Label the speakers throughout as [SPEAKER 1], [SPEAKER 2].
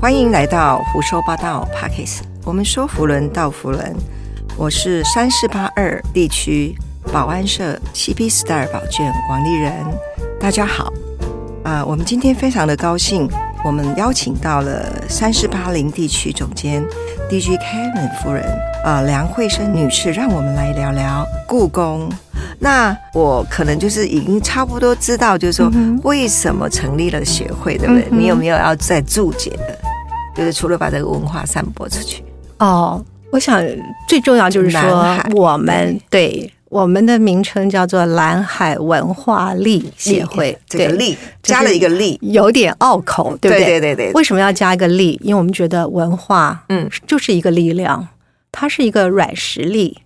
[SPEAKER 1] 欢迎来到胡说八道 Pockets，我们说福伦到福伦，我是三四八二地区保安社 CP Star 保卷王丽人，大家好。啊，我们今天非常的高兴，我们邀请到了三四八零地区总监 DG Karen 夫人，呃，梁慧生女士，让我们来聊聊故宫。那我可能就是已经差不多知道，就是说为什么成立了协会，对不对？你有没有要再注解的？就是除了把这个文化散播出去，
[SPEAKER 2] 哦，我想最重要就是
[SPEAKER 1] 蓝
[SPEAKER 2] 说
[SPEAKER 1] 海，
[SPEAKER 2] 我们对我们的名称叫做蓝海文化力协会，
[SPEAKER 1] 这个
[SPEAKER 2] 对
[SPEAKER 1] 力
[SPEAKER 2] 就是
[SPEAKER 1] 加了一个力，
[SPEAKER 2] 有点拗口，对不
[SPEAKER 1] 对
[SPEAKER 2] 对？
[SPEAKER 1] 对对对，
[SPEAKER 2] 为什么要加一个力？因为我们觉得文化，
[SPEAKER 1] 嗯，
[SPEAKER 2] 就是一个力量，它是一个软实力，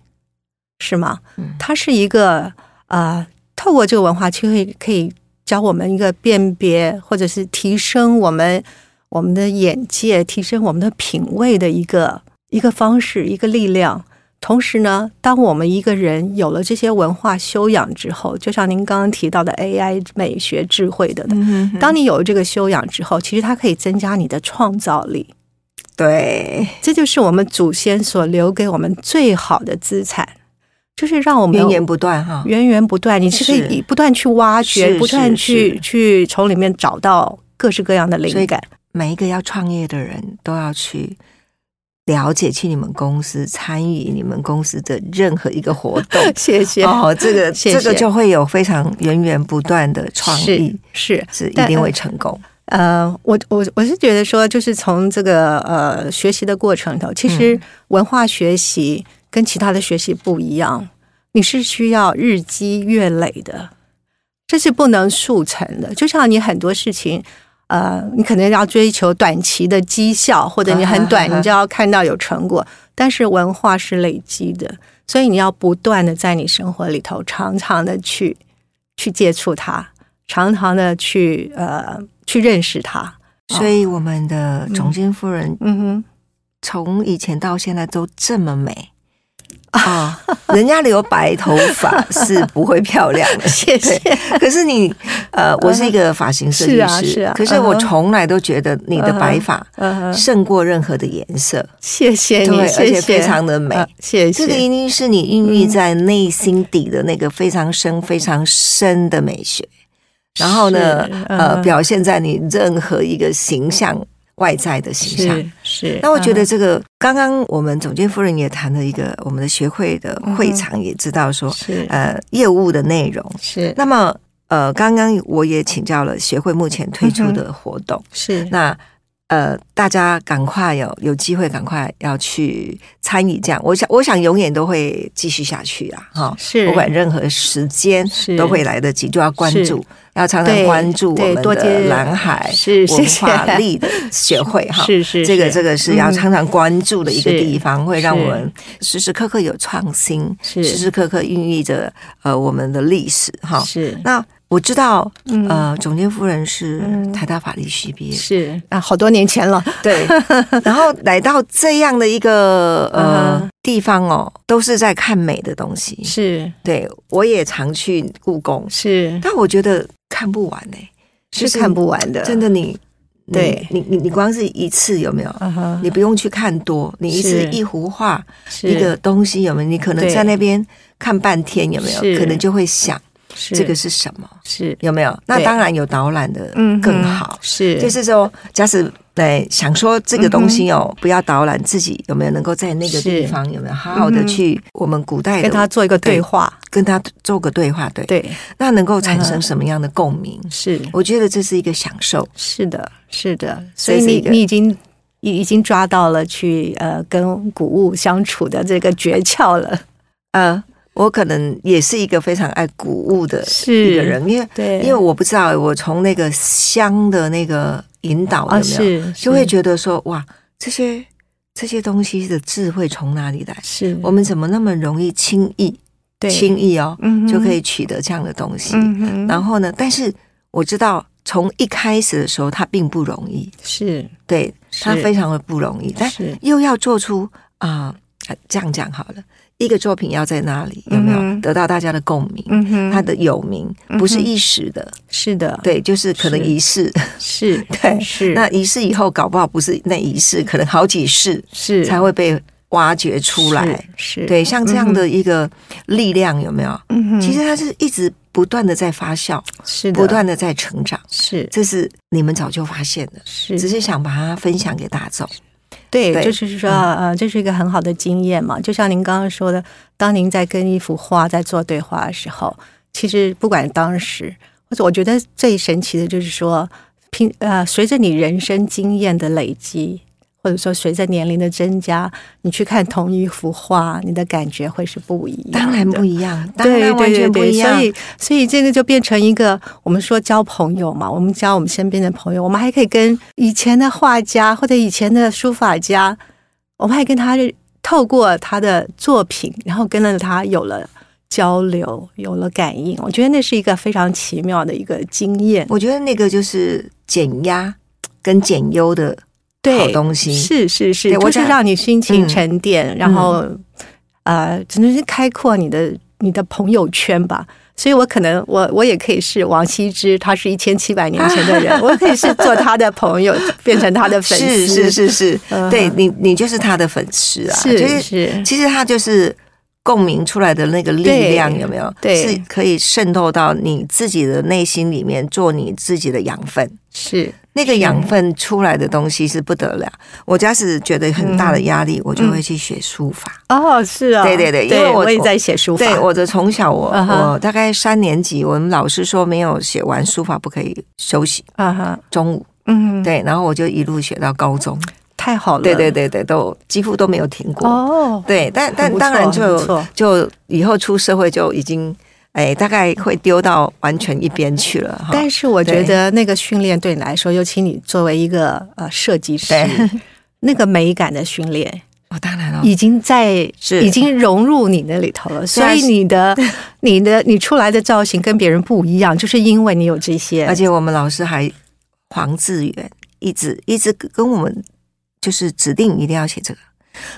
[SPEAKER 2] 是吗？
[SPEAKER 1] 嗯
[SPEAKER 2] 它是一个呃，透过这个文化，其实可以可以教我们一个辨别，或者是提升我们我们的眼界，提升我们的品味的一个一个方式，一个力量。同时呢，当我们一个人有了这些文化修养之后，就像您刚刚提到的 AI 美学智慧的
[SPEAKER 1] 嗯
[SPEAKER 2] 当你有了这个修养之后，其实它可以增加你的创造力，
[SPEAKER 1] 对，
[SPEAKER 2] 这就是我们祖先所留给我们最好的资产，就是让我们
[SPEAKER 1] 源源不断哈，
[SPEAKER 2] 源源不断，你是可
[SPEAKER 1] 是
[SPEAKER 2] 以不断去挖掘，
[SPEAKER 1] 是
[SPEAKER 2] 不断
[SPEAKER 1] 是
[SPEAKER 2] 去
[SPEAKER 1] 是
[SPEAKER 2] 去从里面找到各式各样的
[SPEAKER 1] 所以
[SPEAKER 2] 灵感。
[SPEAKER 1] 每一个要创业的人都要去了解，去你们公司参与你们公司的任何一个活动。
[SPEAKER 2] 谢 谢
[SPEAKER 1] 哦，这个
[SPEAKER 2] 谢谢
[SPEAKER 1] 这个就会有非常源源不断的创意，
[SPEAKER 2] 是是
[SPEAKER 1] 是一
[SPEAKER 2] 但嗯
[SPEAKER 1] 定会成功。
[SPEAKER 2] 呃，我我我是觉得说，就是从这个呃学习的过程头，其实文化学习跟其他的学习不一样，你是需要日积月累的，这是不能速成的。就像你很多事情，呃，你可能要追求短期的绩效，或者你很短，你就要看到有成果，但是文化是累积的，所以你要不断的在你生活里头常常的去去接触它，常常的去呃去认识它。
[SPEAKER 1] 所以我们的总监夫人
[SPEAKER 2] 嗯哼，
[SPEAKER 1] 从以前到现在都这么美。啊、人家留白头发 是不会漂亮的，
[SPEAKER 2] 谢谢嗯
[SPEAKER 1] 对。可是你，呃，我是一个发型设计师，
[SPEAKER 2] 是啊是啊
[SPEAKER 1] 可是我
[SPEAKER 2] 嗯哼
[SPEAKER 1] 从来都觉得你的白发
[SPEAKER 2] 呃，
[SPEAKER 1] 胜过任何的颜色，
[SPEAKER 2] 谢谢
[SPEAKER 1] 对，
[SPEAKER 2] 你，
[SPEAKER 1] 而
[SPEAKER 2] 哎谢
[SPEAKER 1] 且
[SPEAKER 2] 谢，
[SPEAKER 1] 非常的美
[SPEAKER 2] 呃。谢嗯
[SPEAKER 1] 这个
[SPEAKER 2] 谢。
[SPEAKER 1] 一定是你孕育在内心底的那个非常深、非常深的美学，然后呢
[SPEAKER 2] 是，
[SPEAKER 1] 呃，
[SPEAKER 2] 嗯
[SPEAKER 1] 表现在你任何一个形象、外在的形象。
[SPEAKER 2] 是是，
[SPEAKER 1] 那我觉得
[SPEAKER 2] 嗯
[SPEAKER 1] 这个，刚刚我们总监夫人也谈了一个我们的学会的会场，也知道说，
[SPEAKER 2] 嗯是
[SPEAKER 1] 呃，业务的内容。
[SPEAKER 2] 是
[SPEAKER 1] 那么，呃，刚刚我也请教了协会目前推出的活动。
[SPEAKER 2] 是
[SPEAKER 1] 那呃，大家赶快有有机会，赶快要去参与这样。我想，我想永远都会继续下去啊，哈。
[SPEAKER 2] 是
[SPEAKER 1] 不管任何时间
[SPEAKER 2] 是
[SPEAKER 1] 都会来得及，就要关注，要常常
[SPEAKER 2] 对
[SPEAKER 1] 关注我
[SPEAKER 2] 对
[SPEAKER 1] 们
[SPEAKER 2] 多
[SPEAKER 1] 的
[SPEAKER 2] 接
[SPEAKER 1] 蓝海
[SPEAKER 2] 是谢
[SPEAKER 1] 文
[SPEAKER 2] 谢
[SPEAKER 1] 化力的协会哈。
[SPEAKER 2] 是是
[SPEAKER 1] 这个
[SPEAKER 2] 是
[SPEAKER 1] 这个是要
[SPEAKER 2] 嗯
[SPEAKER 1] 常常关注的一个
[SPEAKER 2] 是
[SPEAKER 1] 地方，会让
[SPEAKER 2] 是
[SPEAKER 1] 我们时时刻刻有创新，
[SPEAKER 2] 是
[SPEAKER 1] 时时刻刻孕育着呃我们的历史哈。
[SPEAKER 2] 是
[SPEAKER 1] 那我知道，
[SPEAKER 2] 嗯
[SPEAKER 1] 呃，总监夫人是
[SPEAKER 2] 嗯
[SPEAKER 1] 台大法律系毕业的，
[SPEAKER 2] 是啊，好多年前了，
[SPEAKER 1] 对，然后来到这样的一个呃、
[SPEAKER 2] 嗯哼
[SPEAKER 1] 地方哦，都是在看美的东西。
[SPEAKER 2] 是
[SPEAKER 1] 对，我也常去故宫，
[SPEAKER 2] 是
[SPEAKER 1] 但我觉得看不完呢、就是
[SPEAKER 2] 看不完的，
[SPEAKER 1] 真的你，你
[SPEAKER 2] 对
[SPEAKER 1] 你你你光是一次有没有？
[SPEAKER 2] 嗯哼，
[SPEAKER 1] 你不用去看多，你一次
[SPEAKER 2] 是
[SPEAKER 1] 一幅画
[SPEAKER 2] 是
[SPEAKER 1] 一个东西有没有？你可能
[SPEAKER 2] 对
[SPEAKER 1] 在那边看半天有没有？
[SPEAKER 2] 是
[SPEAKER 1] 可能就会想
[SPEAKER 2] 是
[SPEAKER 1] 这个是什么
[SPEAKER 2] 是
[SPEAKER 1] 有没有？那
[SPEAKER 2] 对
[SPEAKER 1] 当然有导览的
[SPEAKER 2] 嗯哼嗯
[SPEAKER 1] 更好，
[SPEAKER 2] 是
[SPEAKER 1] 就是说，假使哎想说这个东西哦，不要导览自己有没有能够在那个地方有没有好好的去我们古代的
[SPEAKER 2] 嗯跟他做一个对话，
[SPEAKER 1] 跟他做个对话，对，
[SPEAKER 2] 对嗯
[SPEAKER 1] 那能够产生什么样的共鸣？
[SPEAKER 2] 是
[SPEAKER 1] 我觉得这是一个享受，
[SPEAKER 2] 是的，是的，
[SPEAKER 1] 这
[SPEAKER 2] 所以
[SPEAKER 1] 嗯是
[SPEAKER 2] 你
[SPEAKER 1] 一个
[SPEAKER 2] 你已经已已 经抓到了去呃跟谷物相处的这个诀窍了。
[SPEAKER 1] 呃。我可能也是一个非常爱谷物的
[SPEAKER 2] 是
[SPEAKER 1] 一个人，因为
[SPEAKER 2] 对
[SPEAKER 1] 因为我不知道，我从那个香的那个引导
[SPEAKER 2] 啊
[SPEAKER 1] 有没有，
[SPEAKER 2] 是
[SPEAKER 1] 就会
[SPEAKER 2] 是
[SPEAKER 1] 觉得说哇，这些这些东西的智慧从哪里来？
[SPEAKER 2] 是
[SPEAKER 1] 我们怎么那么容易轻易
[SPEAKER 2] 对
[SPEAKER 1] 轻易哦，
[SPEAKER 2] 嗯哼
[SPEAKER 1] 就可以取得这样的东西？
[SPEAKER 2] 嗯哼
[SPEAKER 1] 然后呢，但是我知道从一开始的时候，它并不容易，
[SPEAKER 2] 是
[SPEAKER 1] 对，它
[SPEAKER 2] 是
[SPEAKER 1] 非常的不容易，但
[SPEAKER 2] 是
[SPEAKER 1] 又要做出啊、这样讲好了，一个作品要在那里有没有、
[SPEAKER 2] 嗯哼
[SPEAKER 1] 得到大家的共鸣？
[SPEAKER 2] 嗯哼
[SPEAKER 1] 它的有名
[SPEAKER 2] 嗯哼
[SPEAKER 1] 不是一时的，
[SPEAKER 2] 是的，
[SPEAKER 1] 对，就是可能
[SPEAKER 2] 是
[SPEAKER 1] 一世，
[SPEAKER 2] 是
[SPEAKER 1] 对
[SPEAKER 2] 是
[SPEAKER 1] 那一世以后搞不好不是那一世，可能好几世
[SPEAKER 2] 是
[SPEAKER 1] 才会被挖掘出来。
[SPEAKER 2] 是是
[SPEAKER 1] 对，像这样的一个力量有没有？
[SPEAKER 2] 嗯哼
[SPEAKER 1] 其实它是一直不断的在发酵，
[SPEAKER 2] 是的
[SPEAKER 1] 不断的在成长，
[SPEAKER 2] 是
[SPEAKER 1] 这是你们早就发现的，
[SPEAKER 2] 是
[SPEAKER 1] 只是想把它分享给大众。
[SPEAKER 2] 对，
[SPEAKER 1] 对嗯
[SPEAKER 2] 就是说，呃，这是一个很好的经验嘛。就像您刚刚说的，当您在跟一幅画在做对话的时候，其实不管当时，或者我觉得最神奇的就是说，平呃，随着你人生经验的累积，或者说随着年龄的增加，你去看同一幅画，你的感觉会是不一样的。
[SPEAKER 1] 当然不一样，当
[SPEAKER 2] 对
[SPEAKER 1] 然
[SPEAKER 2] 对
[SPEAKER 1] 完
[SPEAKER 2] 对
[SPEAKER 1] 全不
[SPEAKER 2] 对，
[SPEAKER 1] 一样。
[SPEAKER 2] 所以所以这个就变成一个我们说交朋友嘛，我们交我们身边的朋友，我们还可以跟以前的画家或者以前的书法家，我们还跟他透过他的作品，然后跟着他有了交流，有了感应。我觉得那是一个非常奇妙的一个经验。
[SPEAKER 1] 我觉得那个就是减压跟减忧的好
[SPEAKER 2] 对，
[SPEAKER 1] 东西。
[SPEAKER 2] 是是是，
[SPEAKER 1] 对我
[SPEAKER 2] 就是
[SPEAKER 1] 想
[SPEAKER 2] 让你心情
[SPEAKER 1] 嗯
[SPEAKER 2] 沉淀，然后、呃，只能是开阔你的你的朋友圈吧。所以我可能我我也可以是王羲之，他是一千七百年前 的人，我可以是做他的朋友，变成他的粉丝。
[SPEAKER 1] 是是是是，
[SPEAKER 2] 嗯
[SPEAKER 1] 对你你就是他的粉丝啊，
[SPEAKER 2] 是
[SPEAKER 1] 就是其实他就是共鸣出来的那个力量
[SPEAKER 2] 对
[SPEAKER 1] 有没有？
[SPEAKER 2] 对
[SPEAKER 1] 是可以渗透到你自己的内心里面，做你自己的养分。
[SPEAKER 2] 是
[SPEAKER 1] 那个养分出来的东西是不得了。我家是觉得很大的压
[SPEAKER 2] 嗯
[SPEAKER 1] 力，我就会去学书法。
[SPEAKER 2] 哦，是啊，
[SPEAKER 1] 对对对因为我
[SPEAKER 2] 我也在写书法，
[SPEAKER 1] 对，我的从小我、
[SPEAKER 2] 嗯哼
[SPEAKER 1] 我大概三年级，我们老师说没有写完书法不可以休息，
[SPEAKER 2] 啊哈，
[SPEAKER 1] 中午
[SPEAKER 2] 嗯，
[SPEAKER 1] 对，然后我就一路学到高中，
[SPEAKER 2] 太好了，
[SPEAKER 1] 对对对对，都几乎都没有停过。
[SPEAKER 2] 哦，
[SPEAKER 1] 对，但但
[SPEAKER 2] 很不错
[SPEAKER 1] 当然就
[SPEAKER 2] 很不错
[SPEAKER 1] 就以后出社会就已经，哎，大概会丢到完全一边去了哈。
[SPEAKER 2] 但是我觉
[SPEAKER 1] 对
[SPEAKER 2] 得那个训练对你来说，尤其你作为一个呃设计师
[SPEAKER 1] 对，
[SPEAKER 2] 那个美感的训练
[SPEAKER 1] 哦，当然了、
[SPEAKER 2] 已经在
[SPEAKER 1] 是
[SPEAKER 2] 已经融入你那里头了，所以你的 你的你出来的造型跟别人不一样，就是因为你有这些，
[SPEAKER 1] 而且我们老师还黄志远一直一直跟我们就是指定一定要写这个。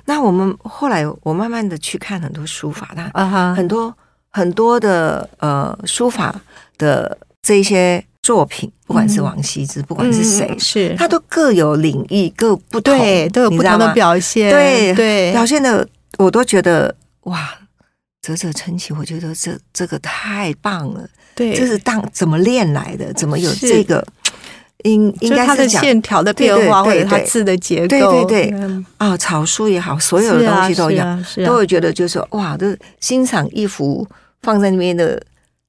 [SPEAKER 1] 那我们后来我慢慢的去看很多书法，那
[SPEAKER 2] 啊哈，
[SPEAKER 1] 很多很多的呃书法的这些作品，不管
[SPEAKER 2] 嗯
[SPEAKER 1] 是王羲之，不管是谁，
[SPEAKER 2] 是
[SPEAKER 1] 他都各有领域，各不同，
[SPEAKER 2] 嗯对都有
[SPEAKER 1] 你
[SPEAKER 2] 不
[SPEAKER 1] 知道
[SPEAKER 2] 同的
[SPEAKER 1] 吗
[SPEAKER 2] 表现，
[SPEAKER 1] 对
[SPEAKER 2] 对，
[SPEAKER 1] 表现的，我都觉得哇，啧啧称奇。我觉得这这个太棒了，
[SPEAKER 2] 对，
[SPEAKER 1] 这是当怎么练来的？怎么有
[SPEAKER 2] 是
[SPEAKER 1] 这个？应应
[SPEAKER 2] 就是
[SPEAKER 1] 该
[SPEAKER 2] 它
[SPEAKER 1] 是
[SPEAKER 2] 的
[SPEAKER 1] 讲
[SPEAKER 2] 线条的
[SPEAKER 1] 对
[SPEAKER 2] 变
[SPEAKER 1] 对
[SPEAKER 2] 化或
[SPEAKER 1] 对
[SPEAKER 2] 者它
[SPEAKER 1] 对
[SPEAKER 2] 字的结
[SPEAKER 1] 对
[SPEAKER 2] 构，
[SPEAKER 1] 对对
[SPEAKER 2] 嗯
[SPEAKER 1] 啊、草书也好，所有
[SPEAKER 2] 是
[SPEAKER 1] 的
[SPEAKER 2] 啊
[SPEAKER 1] 东西都一样，
[SPEAKER 2] 是啊是啊
[SPEAKER 1] 都会觉得就是哇，就是欣赏一幅放在那边的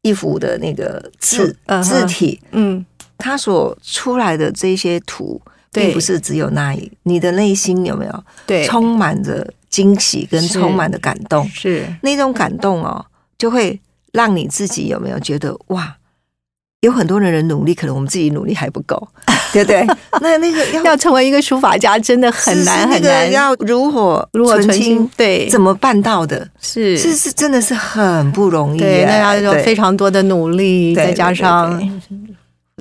[SPEAKER 1] 一幅的那个字、
[SPEAKER 2] 嗯哼
[SPEAKER 1] 字体，
[SPEAKER 2] 嗯，
[SPEAKER 1] 它所出来的这些图，
[SPEAKER 2] 对
[SPEAKER 1] 并不是只有那一，你的内心有没有
[SPEAKER 2] 对，
[SPEAKER 1] 充满着惊喜跟
[SPEAKER 2] 是
[SPEAKER 1] 充满着感动？
[SPEAKER 2] 是
[SPEAKER 1] 那种感动哦，就会让你自己有没有觉得哇？有很多人的努力，可能我们自己努力还不 够，对不对？那那个要
[SPEAKER 2] 要成为一个书法家真的很难
[SPEAKER 1] 是是那
[SPEAKER 2] 很
[SPEAKER 1] 个
[SPEAKER 2] 难，
[SPEAKER 1] 要如火
[SPEAKER 2] 如果
[SPEAKER 1] 纯
[SPEAKER 2] 存心
[SPEAKER 1] 青，
[SPEAKER 2] 对
[SPEAKER 1] 怎么办到的？
[SPEAKER 2] 是
[SPEAKER 1] 是是，真的是很不容易耶。
[SPEAKER 2] 对，那要有非
[SPEAKER 1] 常
[SPEAKER 2] 常多的努力，
[SPEAKER 1] 对
[SPEAKER 2] 再加
[SPEAKER 1] 对
[SPEAKER 2] 上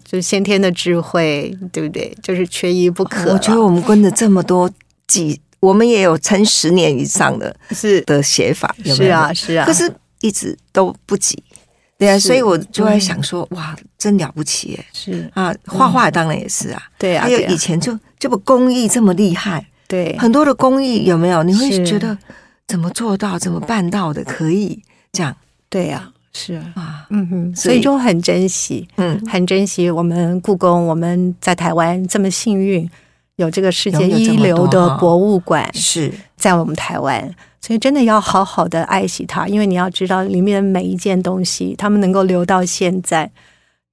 [SPEAKER 2] 就先天的智慧，对不对？就是缺一不可了。啊
[SPEAKER 1] 我觉得我们跟着这么多几，我们也有撑十年以上的
[SPEAKER 2] 是
[SPEAKER 1] 的写法，有
[SPEAKER 2] 是
[SPEAKER 1] 没有？
[SPEAKER 2] 啊，是啊。
[SPEAKER 1] 可是一直都不及。对啊，
[SPEAKER 2] 是嗯
[SPEAKER 1] 所以我就在想说，哇，真了不起耶！
[SPEAKER 2] 是
[SPEAKER 1] 啊，画画当然也是啊，
[SPEAKER 2] 嗯对啊，
[SPEAKER 1] 还有
[SPEAKER 2] 对啊
[SPEAKER 1] 以前就这么工艺这么厉害，
[SPEAKER 2] 对
[SPEAKER 1] 很多的工艺有没有？你会
[SPEAKER 2] 是
[SPEAKER 1] 觉得怎么做到、怎么办到的？可以这样
[SPEAKER 2] 对啊，是啊。
[SPEAKER 1] 啊，
[SPEAKER 2] 嗯哼，
[SPEAKER 1] 所
[SPEAKER 2] 所
[SPEAKER 1] 以
[SPEAKER 2] 以就很珍惜，
[SPEAKER 1] 嗯，
[SPEAKER 2] 很珍惜我们故宫，我们在台湾这么幸运，有这个世界
[SPEAKER 1] 拥有这
[SPEAKER 2] 一
[SPEAKER 1] 么
[SPEAKER 2] 流
[SPEAKER 1] 多
[SPEAKER 2] 的
[SPEAKER 1] 哈
[SPEAKER 2] 博物馆，
[SPEAKER 1] 是
[SPEAKER 2] 在我们台湾，所以真的要好好的爱惜它，因为你要知道里面每一件东西，他们能够留到现在，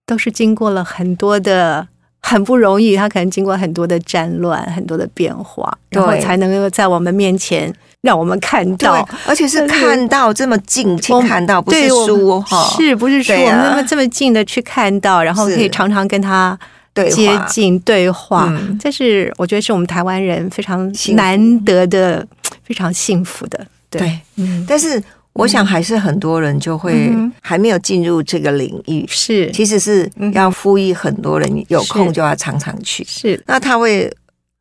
[SPEAKER 2] 都是经过了很多的很不容易，它可能经过很多的战乱、很多的变化，
[SPEAKER 1] 对
[SPEAKER 2] 然后才能够在我们面前让我们看到。，
[SPEAKER 1] 而且是
[SPEAKER 2] 但是
[SPEAKER 1] 看到这么近去
[SPEAKER 2] 我们
[SPEAKER 1] 看到，不是
[SPEAKER 2] 对我
[SPEAKER 1] 书
[SPEAKER 2] 们
[SPEAKER 1] 哈，
[SPEAKER 2] 是不是说
[SPEAKER 1] 对
[SPEAKER 2] 我
[SPEAKER 1] 啊
[SPEAKER 2] 们那么这么近的去看到，然后
[SPEAKER 1] 是
[SPEAKER 2] 可以常常跟他
[SPEAKER 1] 对话
[SPEAKER 2] 接近对话，
[SPEAKER 1] 嗯
[SPEAKER 2] 这是我觉得是我们台湾人非常
[SPEAKER 1] 幸福
[SPEAKER 2] 难得的、非常幸福的。对，
[SPEAKER 1] 对。
[SPEAKER 2] 嗯，
[SPEAKER 1] 但是我想还是很多人就会
[SPEAKER 2] 嗯哼
[SPEAKER 1] 还没有进入这个领域，
[SPEAKER 2] 是
[SPEAKER 1] 其实是
[SPEAKER 2] 嗯哼
[SPEAKER 1] 要呼吁很多人有空
[SPEAKER 2] 是
[SPEAKER 1] 就要常常去。
[SPEAKER 2] 是
[SPEAKER 1] 那他会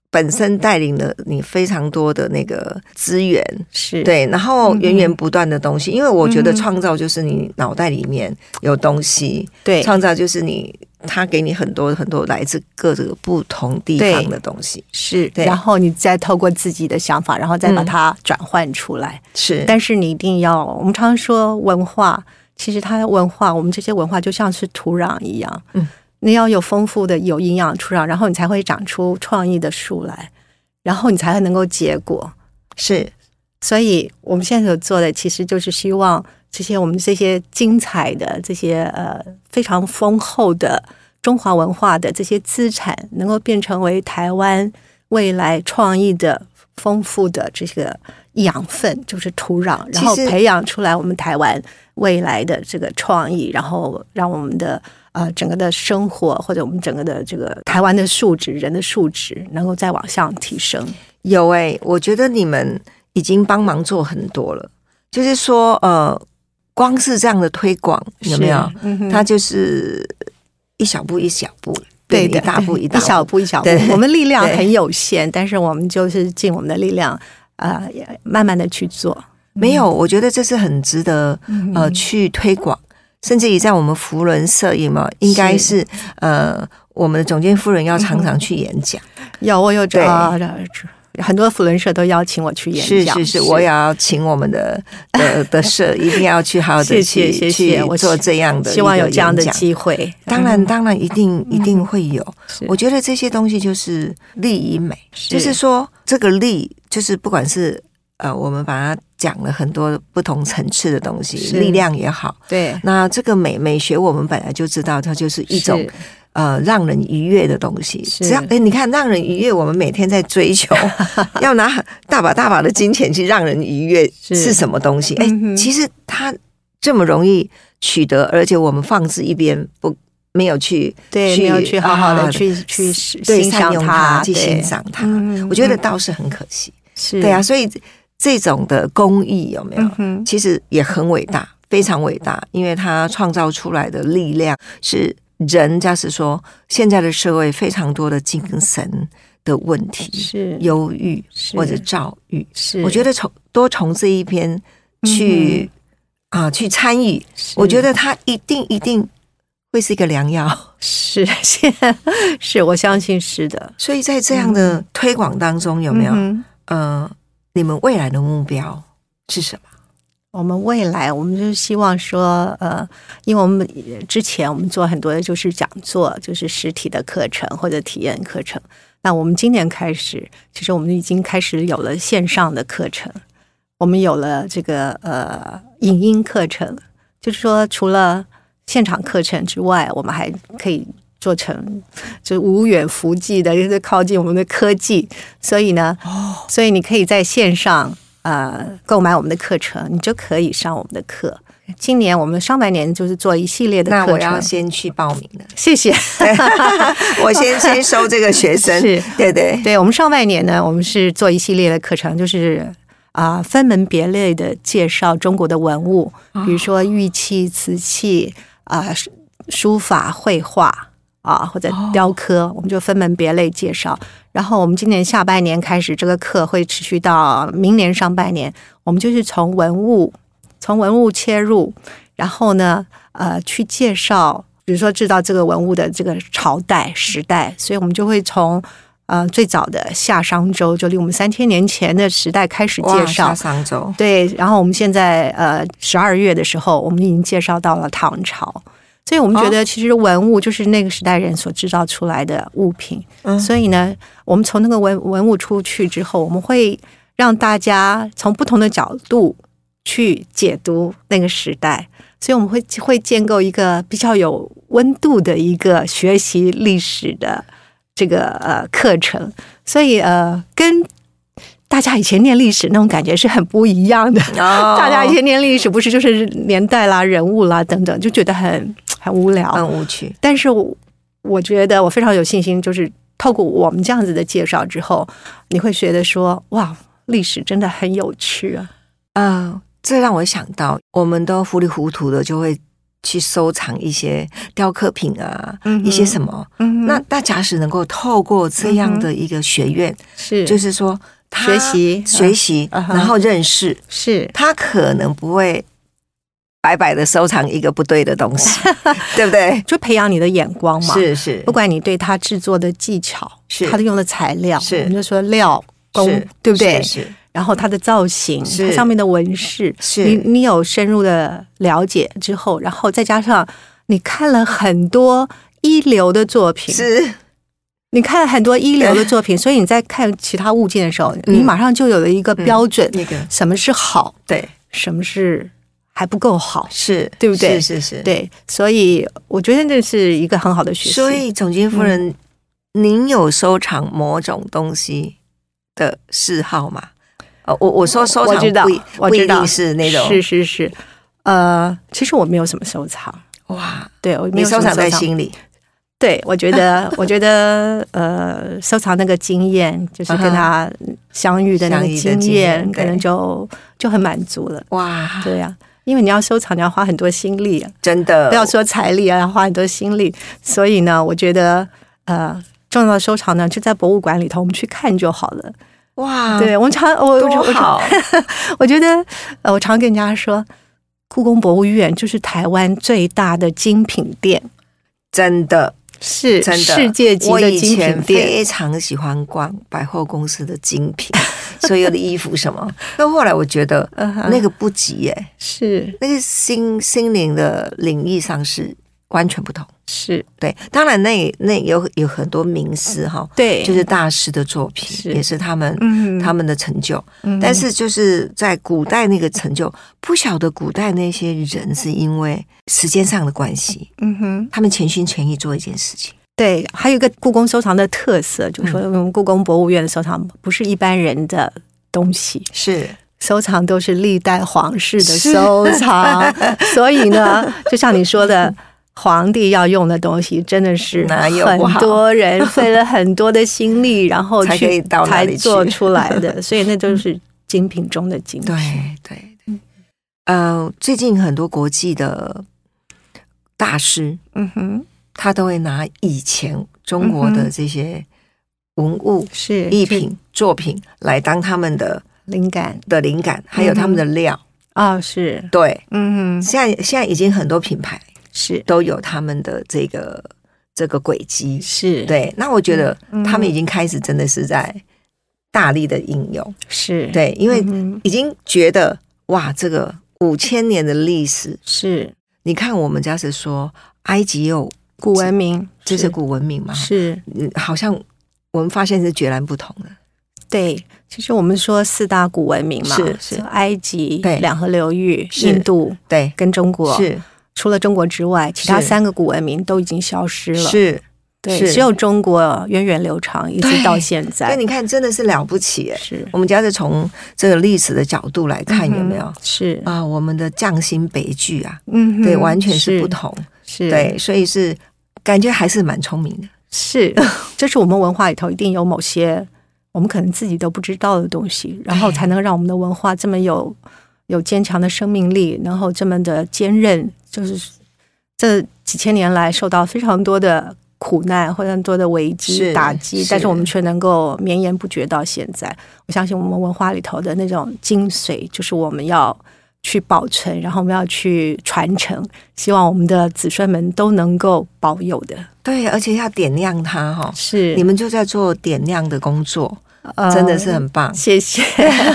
[SPEAKER 1] 本身带领了你非常多的那个资源，
[SPEAKER 2] 是，
[SPEAKER 1] 对，然后
[SPEAKER 2] 嗯哼
[SPEAKER 1] 源源不断的东西。因为我觉得
[SPEAKER 2] 嗯哼
[SPEAKER 1] 创造就是你脑袋里面有东西，
[SPEAKER 2] 对
[SPEAKER 1] 创造就是你他给你很多很多来自各个不同地方的东西。
[SPEAKER 2] 是，
[SPEAKER 1] 对嗯
[SPEAKER 2] 然后你再透过自己的想法，然后再把它转换出来。
[SPEAKER 1] 是，
[SPEAKER 2] 但是你一定要，我们常说文化，其实它的文化，我们这些文化就像是土壤一样，
[SPEAKER 1] 嗯，
[SPEAKER 2] 你要有丰富的、有营养的土壤，然后你才会长出创意的树来，然后你才能够结果。
[SPEAKER 1] 是
[SPEAKER 2] 所以我们现在所做的，其实就是希望这些我们这些精彩的、这些呃非常丰厚的呃中华文化的这些资产，能够变成为台湾未来创意的丰富的这个养分，就是土壤，
[SPEAKER 1] 其
[SPEAKER 2] 然
[SPEAKER 1] 实
[SPEAKER 2] 后培养出来我们台湾未来的这个创意，然后让我们的。呃，整个的生活或者我们整个的这个台湾的素质、人的素质，能够再往上提升。
[SPEAKER 1] 有哎、我觉得你们已经帮忙做很多了。就是说，呃，光是这样的推广有没有？？
[SPEAKER 2] 嗯哼、
[SPEAKER 1] 它就是一小步一小步，
[SPEAKER 2] 对
[SPEAKER 1] 变
[SPEAKER 2] 的，
[SPEAKER 1] 一大步
[SPEAKER 2] 对
[SPEAKER 1] 一大步，
[SPEAKER 2] 小步一小步
[SPEAKER 1] 对。
[SPEAKER 2] 我们力量
[SPEAKER 1] 对
[SPEAKER 2] 很有限，但是我们就是尽我们的力量，呃，也慢慢的去做。
[SPEAKER 1] 没
[SPEAKER 2] 嗯
[SPEAKER 1] 有，我觉得这是很值得呃去推广，甚至于在我们福伦摄影嘛，应该是呃我们的总监夫人要常常去演讲，
[SPEAKER 2] 有我有
[SPEAKER 1] 对
[SPEAKER 2] 啊，很多福伦社都邀请我去
[SPEAKER 1] 是
[SPEAKER 2] 演讲，
[SPEAKER 1] 是是，我也要请我们的 的的摄一定要去好好的去
[SPEAKER 2] 谢谢谢谢
[SPEAKER 1] 去
[SPEAKER 2] 我
[SPEAKER 1] 做这样的，
[SPEAKER 2] 希望有这样的。机会。嗯
[SPEAKER 1] 当然，当然，一定一定会有。
[SPEAKER 2] 是
[SPEAKER 1] 我觉得这些东西就是利与美，就是说这个利，就是不管是呃，我们把它讲了很多不同层次的东西，
[SPEAKER 2] 是
[SPEAKER 1] 力量也好，
[SPEAKER 2] 对
[SPEAKER 1] 那这个美美学，我们本来就知道，它就是一种
[SPEAKER 2] 是
[SPEAKER 1] 呃让人愉悦的东西。
[SPEAKER 2] 是
[SPEAKER 1] 只要哎，你看让人愉悦，我们每天在追 求，要拿大把大把的金钱去让人愉悦
[SPEAKER 2] 是
[SPEAKER 1] 是什么东西？哎
[SPEAKER 2] 嗯，哼
[SPEAKER 1] 其实它这么容易取得，而且我们放置一边不没有去
[SPEAKER 2] 对，没有去好好的
[SPEAKER 1] 啊
[SPEAKER 2] 去去
[SPEAKER 1] 对
[SPEAKER 2] 欣
[SPEAKER 1] 善
[SPEAKER 2] 赏
[SPEAKER 1] 用
[SPEAKER 2] 它，
[SPEAKER 1] 去
[SPEAKER 2] 对
[SPEAKER 1] 欣赏它
[SPEAKER 2] 嗯，
[SPEAKER 1] 我觉得
[SPEAKER 2] 嗯
[SPEAKER 1] 倒是很可惜。
[SPEAKER 2] 是
[SPEAKER 1] 对啊，，所以这种的工艺有没有
[SPEAKER 2] 嗯？哼，
[SPEAKER 1] 其实也很伟大，非常伟大，因为它创造出来的力量是人，家是说现在的社会非常多的精神的问题，
[SPEAKER 2] 是
[SPEAKER 1] 忧郁
[SPEAKER 2] 是
[SPEAKER 1] 或者躁郁。
[SPEAKER 2] 是，
[SPEAKER 1] 我觉得从多从这一篇去啊、去参与，我觉
[SPEAKER 2] 得。
[SPEAKER 1] 得它一定一定会是一个良药。
[SPEAKER 2] 是 是是，我相信是的，
[SPEAKER 1] 所以在这样的推广当中，有没有？
[SPEAKER 2] 嗯哼
[SPEAKER 1] 呃，你们未来的目标是什么？
[SPEAKER 2] 我们未来，我们就是希望说，呃，因为我们呃之前我们做很多的就是讲座，就是实体的课程或者体验课程。那我们今年开始，其实我们已经开始有了线上的课程，我们有了这个呃影音课程，就是说除了现场课程之外，我们还可以做成就是无远弗届的，就是靠近我们的科技。所以呢，
[SPEAKER 1] 哦
[SPEAKER 2] 所以你可以在线上呃购买我们的课程，你就可以上我们的课。今年我们上半年就是做一系列的
[SPEAKER 1] 那
[SPEAKER 2] 课
[SPEAKER 1] 我要
[SPEAKER 2] 程，
[SPEAKER 1] 先去报名了。
[SPEAKER 2] 谢谢。
[SPEAKER 1] 我先先收这个学生，
[SPEAKER 2] 是
[SPEAKER 1] 对对
[SPEAKER 2] 对我们上半年呢，我们是做一系列的课程，就是啊、分门别类的介绍中国的文物，比如说玉器、瓷器啊、书书法、绘画啊，或者雕刻，我们就分门别类介绍。然后我们今年下半年开始，这个课会持续到明年上半年，我们就是从文物从文物切入，然后呢，呃，去介绍，比如说制造这个文物的这个朝代时代，所以我们就会从呃最早的夏商周，就离我们三千年前的时代开始介绍
[SPEAKER 1] 哇下。上周
[SPEAKER 2] 对，然后我们现在呃十二月的时候，我们已经介绍到了唐朝，所以我们觉得其实文物就是那个时代人所制造出来的物品，
[SPEAKER 1] 嗯
[SPEAKER 2] 所以呢，我们从那个文文物出去之后，我们会让大家从不同的角度去解读那个时代，所以我们会会建构一个比较有温度的一个学习历史的这个呃课程，所以呃跟。大家以前念历史那种感觉是很不一样的。
[SPEAKER 1] 哦
[SPEAKER 2] 大家以前念历史不是就是年代啦、人物啦等等，就觉得很很无聊。
[SPEAKER 1] 很无趣，
[SPEAKER 2] 但是我我觉得我非常有信心，就是透过我们这样子的介绍之后，你会觉得说，哇，历史真的很有趣啊！
[SPEAKER 1] 呃，这让我想到，我们都糊里糊涂的就会去收藏一些雕刻品啊，
[SPEAKER 2] 嗯哼
[SPEAKER 1] 一些什么。
[SPEAKER 2] 嗯
[SPEAKER 1] 那那假使能够透过这样的一个学院，
[SPEAKER 2] 是
[SPEAKER 1] 就是是说他
[SPEAKER 2] 学习
[SPEAKER 1] 学习，
[SPEAKER 2] 嗯哼
[SPEAKER 1] 然后认识，
[SPEAKER 2] 是
[SPEAKER 1] 他可能不会白白的收藏一个不对的东 西，对不对？
[SPEAKER 2] 就培养你的眼光嘛。，
[SPEAKER 1] 是是
[SPEAKER 2] 不，管你对它制作的技巧，
[SPEAKER 1] 是
[SPEAKER 2] 它的用的材料，
[SPEAKER 1] 是
[SPEAKER 2] 我们就说料工
[SPEAKER 1] 是，
[SPEAKER 2] 对不对？
[SPEAKER 1] 是
[SPEAKER 2] 然后它的造型，
[SPEAKER 1] 是
[SPEAKER 2] 它上面的纹饰，
[SPEAKER 1] 是
[SPEAKER 2] 你你有深入的了解之后，然后再加上你看了很多一流的作品，
[SPEAKER 1] 是是
[SPEAKER 2] 你看了很多一流的作 品，所以你在看其他物件的时候，
[SPEAKER 1] 嗯
[SPEAKER 2] 你马上就有了一嗯个标准，
[SPEAKER 1] 那个
[SPEAKER 2] 什么是好，
[SPEAKER 1] 对，
[SPEAKER 2] 什么是还不够好，
[SPEAKER 1] 是
[SPEAKER 2] 对不对
[SPEAKER 1] 是是是，。
[SPEAKER 2] 对，所以我觉得这是一个很好的学习。
[SPEAKER 1] 所以，总监夫人，
[SPEAKER 2] 嗯
[SPEAKER 1] 您有收藏某种东西的嗜好吗？呃，我我说收
[SPEAKER 2] 我
[SPEAKER 1] 藏
[SPEAKER 2] 知道
[SPEAKER 1] 不一，
[SPEAKER 2] 我
[SPEAKER 1] 不
[SPEAKER 2] 知
[SPEAKER 1] 一
[SPEAKER 2] 道
[SPEAKER 1] 定是那种
[SPEAKER 2] 是是是，呃，其实我没有什么收藏，
[SPEAKER 1] 哇，
[SPEAKER 2] 对我没
[SPEAKER 1] 你
[SPEAKER 2] 有什
[SPEAKER 1] 收
[SPEAKER 2] 么
[SPEAKER 1] 藏
[SPEAKER 2] 藏
[SPEAKER 1] 在。心里，
[SPEAKER 2] 对，我觉得，我觉得，呃，收藏那个经验，就是跟他相遇的那个
[SPEAKER 1] 嗯相遇的
[SPEAKER 2] 经
[SPEAKER 1] 经
[SPEAKER 2] 验，
[SPEAKER 1] 验
[SPEAKER 2] 可能
[SPEAKER 1] 对
[SPEAKER 2] 就就很满足了。
[SPEAKER 1] 哇，
[SPEAKER 2] 对呀、因为你要收藏，你要花很多心力、啊，
[SPEAKER 1] 真的
[SPEAKER 2] 不要说财力啊，要花很多心力。所以呢，我觉得呃，重要的收藏呢，就在博物馆里头，我们去看就好了。
[SPEAKER 1] 哇，
[SPEAKER 2] 对我常我我
[SPEAKER 1] 嗯多
[SPEAKER 2] 我常
[SPEAKER 1] 好，
[SPEAKER 2] 我觉得呃，我常跟人家说，故宫博物院就是台湾最大的精品店，
[SPEAKER 1] 真的
[SPEAKER 2] 是
[SPEAKER 1] 真的，
[SPEAKER 2] 世界级
[SPEAKER 1] 我
[SPEAKER 2] 的
[SPEAKER 1] 以
[SPEAKER 2] 精
[SPEAKER 1] 前
[SPEAKER 2] 品店。
[SPEAKER 1] 非常喜欢逛百货公司的精品，所有的衣服什么。 那后来我觉得呃
[SPEAKER 2] 嗯哼
[SPEAKER 1] 那个不及耶，
[SPEAKER 2] 是
[SPEAKER 1] 那个心心灵的领域上是完全不同。
[SPEAKER 2] 是，
[SPEAKER 1] 对，当然那那有有很多名师哈，
[SPEAKER 2] 对，
[SPEAKER 1] 就是大师的作品，
[SPEAKER 2] 是
[SPEAKER 1] 也是他们、
[SPEAKER 2] 嗯
[SPEAKER 1] 他们的成就。但是就是在古代那个成就，不晓得古代那些人是因为时间上的关系，
[SPEAKER 2] 嗯哼。
[SPEAKER 1] 他们全心全意做一件事情。
[SPEAKER 2] 对，还有一个故宫收藏的特色，就
[SPEAKER 1] 嗯
[SPEAKER 2] 是说我们故宫博物院的收藏不是一般人的东西，
[SPEAKER 1] 是
[SPEAKER 2] 收藏都是历代皇室的收 藏，所以呢，就像你说的。皇帝要用的东西真的是
[SPEAKER 1] 哪有不
[SPEAKER 2] 很
[SPEAKER 1] 好
[SPEAKER 2] 多人费了很多的心力，然后
[SPEAKER 1] 才可以
[SPEAKER 2] 去
[SPEAKER 1] 到那
[SPEAKER 2] 才
[SPEAKER 1] 里去
[SPEAKER 2] 做出来 的，所以那都是精品中的精品。
[SPEAKER 1] 对对
[SPEAKER 2] 嗯
[SPEAKER 1] 对，呃，最近很多国际的大师，
[SPEAKER 2] 嗯哼，
[SPEAKER 1] 他都会拿以前中国
[SPEAKER 2] 嗯
[SPEAKER 1] 的
[SPEAKER 2] 哼
[SPEAKER 1] 这些文物、
[SPEAKER 2] 是
[SPEAKER 1] 艺
[SPEAKER 2] 是
[SPEAKER 1] 品、作品来当他们的
[SPEAKER 2] 灵感
[SPEAKER 1] 的灵
[SPEAKER 2] 嗯
[SPEAKER 1] 感，还有他们的料。
[SPEAKER 2] 啊、是，
[SPEAKER 1] 对，
[SPEAKER 2] 嗯哼，
[SPEAKER 1] 现在现在已经很多品牌
[SPEAKER 2] 是
[SPEAKER 1] 都有他们的这个这个轨迹。
[SPEAKER 2] 是，，
[SPEAKER 1] 对，那我觉得
[SPEAKER 2] 嗯
[SPEAKER 1] 他们已经开始真的是在大力的应用。
[SPEAKER 2] 是，，
[SPEAKER 1] 对，因为
[SPEAKER 2] 嗯哼
[SPEAKER 1] 已经觉得哇，这个五千年的历史，
[SPEAKER 2] 是
[SPEAKER 1] 你看我们家是说埃及有
[SPEAKER 2] 古文明，
[SPEAKER 1] 这是古文明嘛，
[SPEAKER 2] 是
[SPEAKER 1] 嗯，好像我们发现是截然不同的。
[SPEAKER 2] 对，其实我们说四大古文明嘛，
[SPEAKER 1] 是是
[SPEAKER 2] 就埃及、
[SPEAKER 1] 对
[SPEAKER 2] 两河流域、
[SPEAKER 1] 是
[SPEAKER 2] 印度
[SPEAKER 1] 对，
[SPEAKER 2] 跟中国。
[SPEAKER 1] 是
[SPEAKER 2] 除了中国之外，其他
[SPEAKER 1] 是
[SPEAKER 2] 三个古文明都已经消失了。
[SPEAKER 1] 是，
[SPEAKER 2] 对，
[SPEAKER 1] 是
[SPEAKER 2] 只有中国源远流长，一直
[SPEAKER 1] 对
[SPEAKER 2] 到现
[SPEAKER 1] 所以
[SPEAKER 2] 在。
[SPEAKER 1] 你看真的是了不起耶。
[SPEAKER 2] 是
[SPEAKER 1] 我们家是从这个历史的角度来看，有没有？
[SPEAKER 2] 嗯是
[SPEAKER 1] 啊，我们的匠心悲剧啊，
[SPEAKER 2] 嗯哼，
[SPEAKER 1] 对，完全是不。同，
[SPEAKER 2] 是，
[SPEAKER 1] 对，所以是感觉还是蛮聪明的，
[SPEAKER 2] 是，这是我们文化里头一定有某些我们可能自己都不知道的东西，然后才能让我们的文化这么有有坚强的生命力，然后这么的坚韧，就是这几千年来受到非常多的。苦难或者很多的危机
[SPEAKER 1] 是
[SPEAKER 2] 打击，
[SPEAKER 1] 是
[SPEAKER 2] 但是我们却能够绵延不绝到现在。我相信我们文化里头的那种精髓，就是我们要去保存，然后我们要去传承，希望我们的子孙们都能够保有的。
[SPEAKER 1] 对，而且要点亮它哈、
[SPEAKER 2] 是
[SPEAKER 1] 你们就在做点亮的工作，
[SPEAKER 2] 呃
[SPEAKER 1] 真的是很棒。
[SPEAKER 2] 谢谢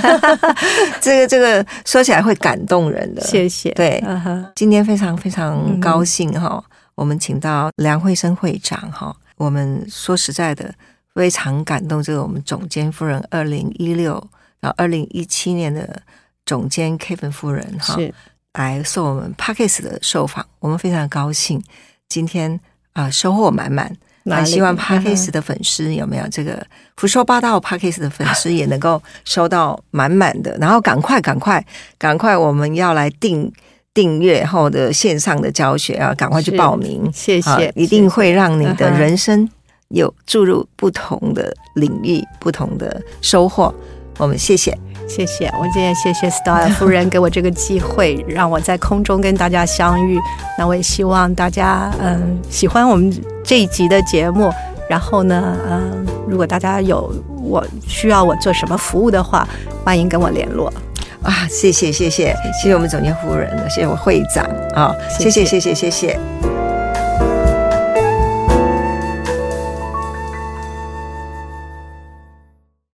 [SPEAKER 1] 这个这个说起来会感动人的。
[SPEAKER 2] 谢谢，
[SPEAKER 1] 对
[SPEAKER 2] 嗯哼，
[SPEAKER 1] 今天非常非常
[SPEAKER 2] 哼
[SPEAKER 1] 高兴哈、我们请到梁慧生会长哈、我们说实在的，非常感动这个我们总监夫人二零一六到二零一七年的总监 Kevin 夫人哈，
[SPEAKER 2] 是
[SPEAKER 1] 来受我们 Parkes 的受访，我们非常高兴，今天啊、呃收获满满。
[SPEAKER 2] 哪
[SPEAKER 1] 那
[SPEAKER 2] 里
[SPEAKER 1] 希望
[SPEAKER 2] 嗯哼
[SPEAKER 1] Parkes 的粉丝有没有这个胡说八道？Parkes 的粉丝也能够收到满满的，然后赶快赶快赶快，我们要来订订阅后的线上的教学啊，赶快去
[SPEAKER 2] 是
[SPEAKER 1] 报名，
[SPEAKER 2] 谢
[SPEAKER 1] 啊
[SPEAKER 2] 谢，
[SPEAKER 1] 一定会让你的
[SPEAKER 2] 嗯哼
[SPEAKER 1] 人生有注入不同的领域、不同的收获。我们谢谢，
[SPEAKER 2] 谢谢，我今天谢谢 Style 夫人给我这个 机会，让我在空中跟大家相遇。那我也希望大家嗯喜欢我们这一集的节目。然后呢，嗯，如果大家有我需要我做什么服务的话，欢迎跟我联络。
[SPEAKER 1] 啊，谢谢谢谢谢谢我们总监夫人，谢谢我会长啊，
[SPEAKER 2] 谢谢
[SPEAKER 1] 谢谢谢谢谢谢。